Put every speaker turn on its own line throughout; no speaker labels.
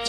It's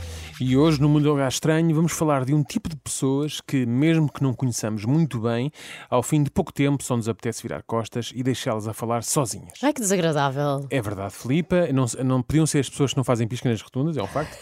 E hoje, no Mundo um Lugar Estranho, vamos falar de um tipo de pessoas que, mesmo que não conheçamos muito bem, ao fim de pouco tempo só nos apetece virar costas e deixá-las a falar sozinhas.
Ai, que desagradável.
É verdade, Filipa, não, se- não podiam ser as pessoas que não fazem pisca nas rotundas, é um facto.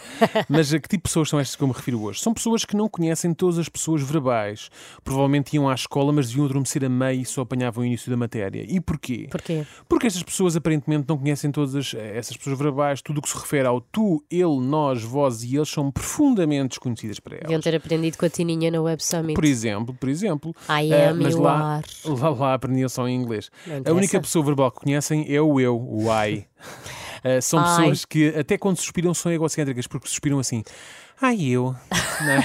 Mas a que tipo de pessoas são estas que eu me refiro hoje? São pessoas que não conhecem todas as pessoas verbais. Provavelmente iam à escola, mas deviam adormecer a meio e só apanhavam o início da matéria. E porquê?
Porquê?
Porque estas pessoas aparentemente não conhecem todas as- essas pessoas verbais. Tudo o que se refere ao tu, ele, nós, vós e eles são profundamente desconhecidas para
Deviam
elas.
ter aprendido com a Tininha na Web Summit.
Por exemplo, por exemplo.
I
eh,
am,
mas
you
lá,
are.
lá, lá aprendiam só em inglês.
é Não
A
interessa.
única pessoa verbal que conhecem é o eu, o I. Eh, são
Ai.
pessoas que até quando suspiram são egocêntricas, porque suspiram assim. Ai, eu. não é?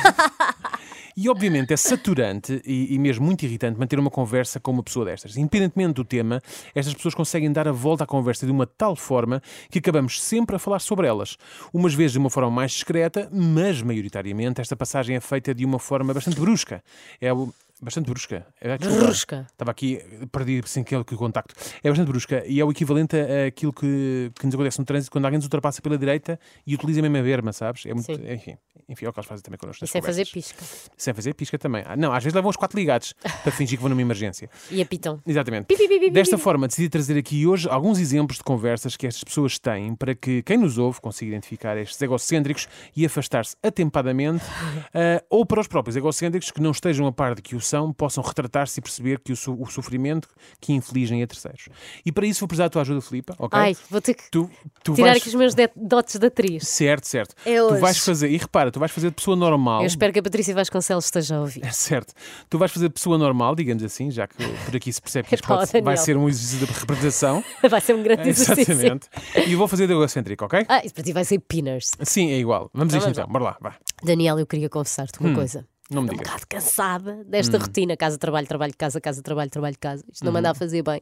E obviamente é saturante e, e mesmo muito irritante manter uma conversa com uma pessoa destas. Independentemente do tema, estas pessoas conseguem dar a volta à conversa de uma tal forma que acabamos sempre a falar sobre elas. Umas vezes de uma forma mais discreta, mas maioritariamente esta passagem é feita de uma forma bastante brusca. É o- Bastante brusca. É, desculpa.
Brusca.
Estava aqui, perdi sem que o contacto. É bastante brusca e é o equivalente a- àquilo que, que nos acontece no trânsito quando alguém nos ultrapassa pela direita e utiliza mesmo a berma, sabes? É muito,
Sim.
enfim, enfim, é o que eles fazem também connosco.
E
nas
sem fazer
conversas.
pisca.
Sem fazer pisca também. Ah, Não, às vezes levam os quatro ligados para fingir que vão numa emergência.
E apitam.
Exatamente.
pi, pi, pi, pi,
Desta
pi.
forma, decidi trazer aqui hoje alguns exemplos de conversas que estas pessoas têm para que quem nos ouve consiga identificar estes egocêntricos e afastar-se atempadamente, ah, ou para os próprios egocêntricos que não estejam a par de que o são, possam retratar-se e perceber que o, su- o sofrimento que infligem a terceiros. E para isso vou precisar da tua ajuda, Filipa, ok?
Ai, vou ter que
tu, tu
tirar
vais...
aqui os meus de- dotes da atriz.
Certo, certo.
É
tu
hoje.
vais fazer, e repara, tu vais fazer de pessoa normal.
Eu espero que a Patrícia Vasconcelos esteja a ouvir.
Certo. Tu vais fazer de pessoa normal, digamos assim, já que por aqui se percebe que isto
Epá,
pode- vai
Daniel.
ser um exercício de representação.
Vai ser um grande exercício.
Exatamente. E eu vou fazer de egocêntrico, ok?
Ah, isso para ti vai ser pinners.
Sim, é igual. Vamos a isto então. Bora lá, vá.
Daniel, eu queria confessar-te uma coisa.
Hum, Não me
Estou um
digas. Hum.
bocado cansada desta rotina, casa, trabalho, trabalho, casa, casa, trabalho, trabalho, casa. Isto não me
Uhum.
anda a fazer bem.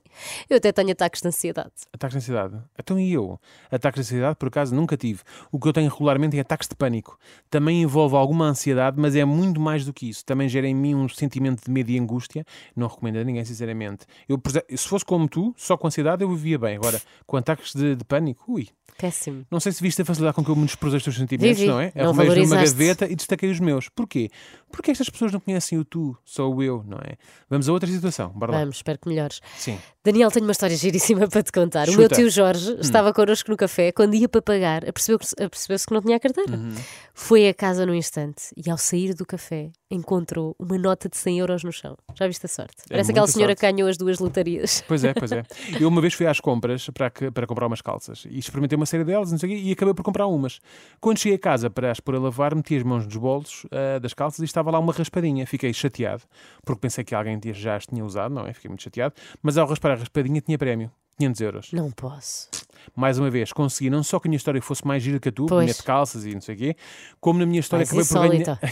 Eu até tenho ataques de ansiedade.
Ataques de ansiedade. Então e eu? Ataques de ansiedade, por acaso, nunca tive. O que eu tenho regularmente é ataques de pânico. Também envolve alguma ansiedade, mas é muito mais do que isso. Também gera em mim um sentimento de medo e angústia. Não recomendo a ninguém, sinceramente. Eu, por exemplo, se fosse como tu, só com ansiedade, eu vivia bem. Agora, com ataques de, de pânico, ui,
Péssimo.
Não sei se viste a facilidade com que eu me desprezei os teus sentimentos,
Vi, vi.
não é?
Não
Arrumei-os numa
valorizaste.
gaveta e destaquei os meus. Porquê? Porque estas pessoas não conhecem o tu, só o eu, não é? Vamos a outra situação, bora lá.
Vamos, espero que melhores.
Sim.
Daniel, tenho uma história giríssima para te contar. O
Chuta. Hum.
meu tio Jorge estava connosco no café. Quando ia para pagar, apercebeu- apercebeu-se que não tinha a carteira.
Uhum.
Foi a casa num instante e, ao sair do café, encontrou uma nota de 100 euros no chão. Já viste a sorte? Parece aquela
É muita
senhora
sorte.
que ganhou as duas lotarias.
Pois é, pois é. Eu uma vez fui às compras para, que- para comprar umas calças e experimentei uma série delas não sei o quê, e acabei por comprar umas. Quando cheguei a casa para as pôr a lavar, meti as mãos nos bolsos ah, das calças e estava lá uma raspadinha. Fiquei chateado, porque pensei que alguém tinha- já as tinha usado, não é? Fiquei muito chateado. Mas ao raspar a raspadinha tinha prémio. 500 euros.
Não posso.
mais uma vez, consegui não só que a minha história fosse mais gira que a tua,
Pois.
punha de calças e não sei o quê, como na minha história
Mais
acabei por ganhar.
insólita.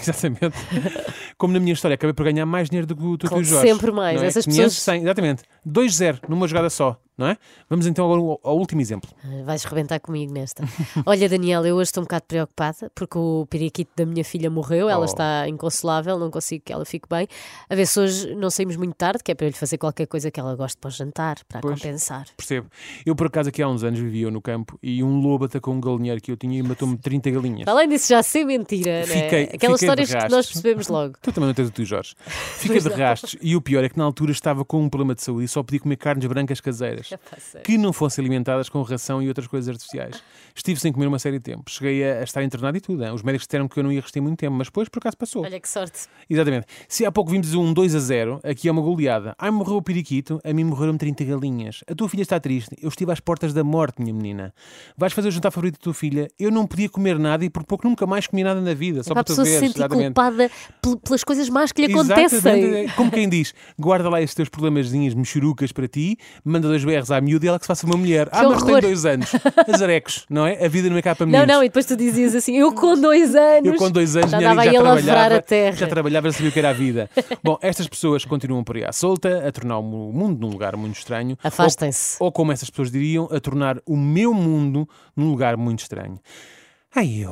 Exatamente. como na minha história acabei por ganhar mais dinheiro do que o do que
Claro,
o Jorge.
sempre mais.
não é?
Essas
500,
pessoas-
100, exatamente. 2-0 numa jogada só, não é? Vamos então agora ao, ao último exemplo.
Ah, Vais rebentar comigo nesta. Olha, Daniel, eu hoje estou um bocado preocupada porque o periquito da minha filha morreu. Ela
Oh.
está inconsolável, não consigo que ela fique bem. A ver se hoje não saímos muito tarde, que é para eu lhe fazer qualquer coisa que ela goste para o jantar, para a
Pois.
compensar.
Percebo. Eu, por acaso, aqui há uns anos vivia eu no campo e um lobo atacou um galinheiro que eu tinha e matou-me 30 galinhas.
Além disso, já sei mentira,
Fiquei-
né? Aquelas
fiquei de
histórias que nós
rastos.
percebemos logo.
Tu também não tens o teu Jorge. Fica de rastos. E o pior é que na altura estava com um problema de saúde e só podia comer carnes brancas caseiras que não fossem alimentadas com ração e outras coisas artificiais. Estive sem comer uma série de tempo. Cheguei a, a estar internado e tudo. hein? Os médicos disseram que eu não ia resistir muito tempo, mas depois por acaso passou.
Olha que sorte.
Exatamente. Se há pouco vimos um 2 a 0, aqui é uma goleada. Ai, morreu o periquito, a mim morreram 30 galinhas. A tua filha está triste. Eu estive às portas da morte, minha menina. Vais fazer o jantar favorito da tua filha. Eu não podia comer nada e por pouco nunca mais comi nada na vida. Só
Para
para
a
tu
pessoa se
veres.
sentir
Exatamente.
culpada pel- pelas coisas más que lhe
Exatamente, Hum.
acontecem.
é Como quem diz, guarda lá esses teus problemazinhos churucas para ti, manda dois berros à miúda e ela que se faça uma mulher. ah, mas tem
horror.
dois anos. Azarecos, não é? A vida não é cá para
Não,
meninos.
não, e depois tu dizias assim: eu com dois anos.
Eu com dois anos
já
minha
andava
amiga
aí a
já
lavrar
trabalhava,
a terra.
já trabalhava, já sabia o que era a vida. Bom, estas pessoas continuam por aí à solta, a tornar o mu- o mundo num lugar muito estranho.
Afastem-se.
Ou, ou como essas pessoas diriam, a tornar o meu mundo num lugar muito estranho. Ai eu.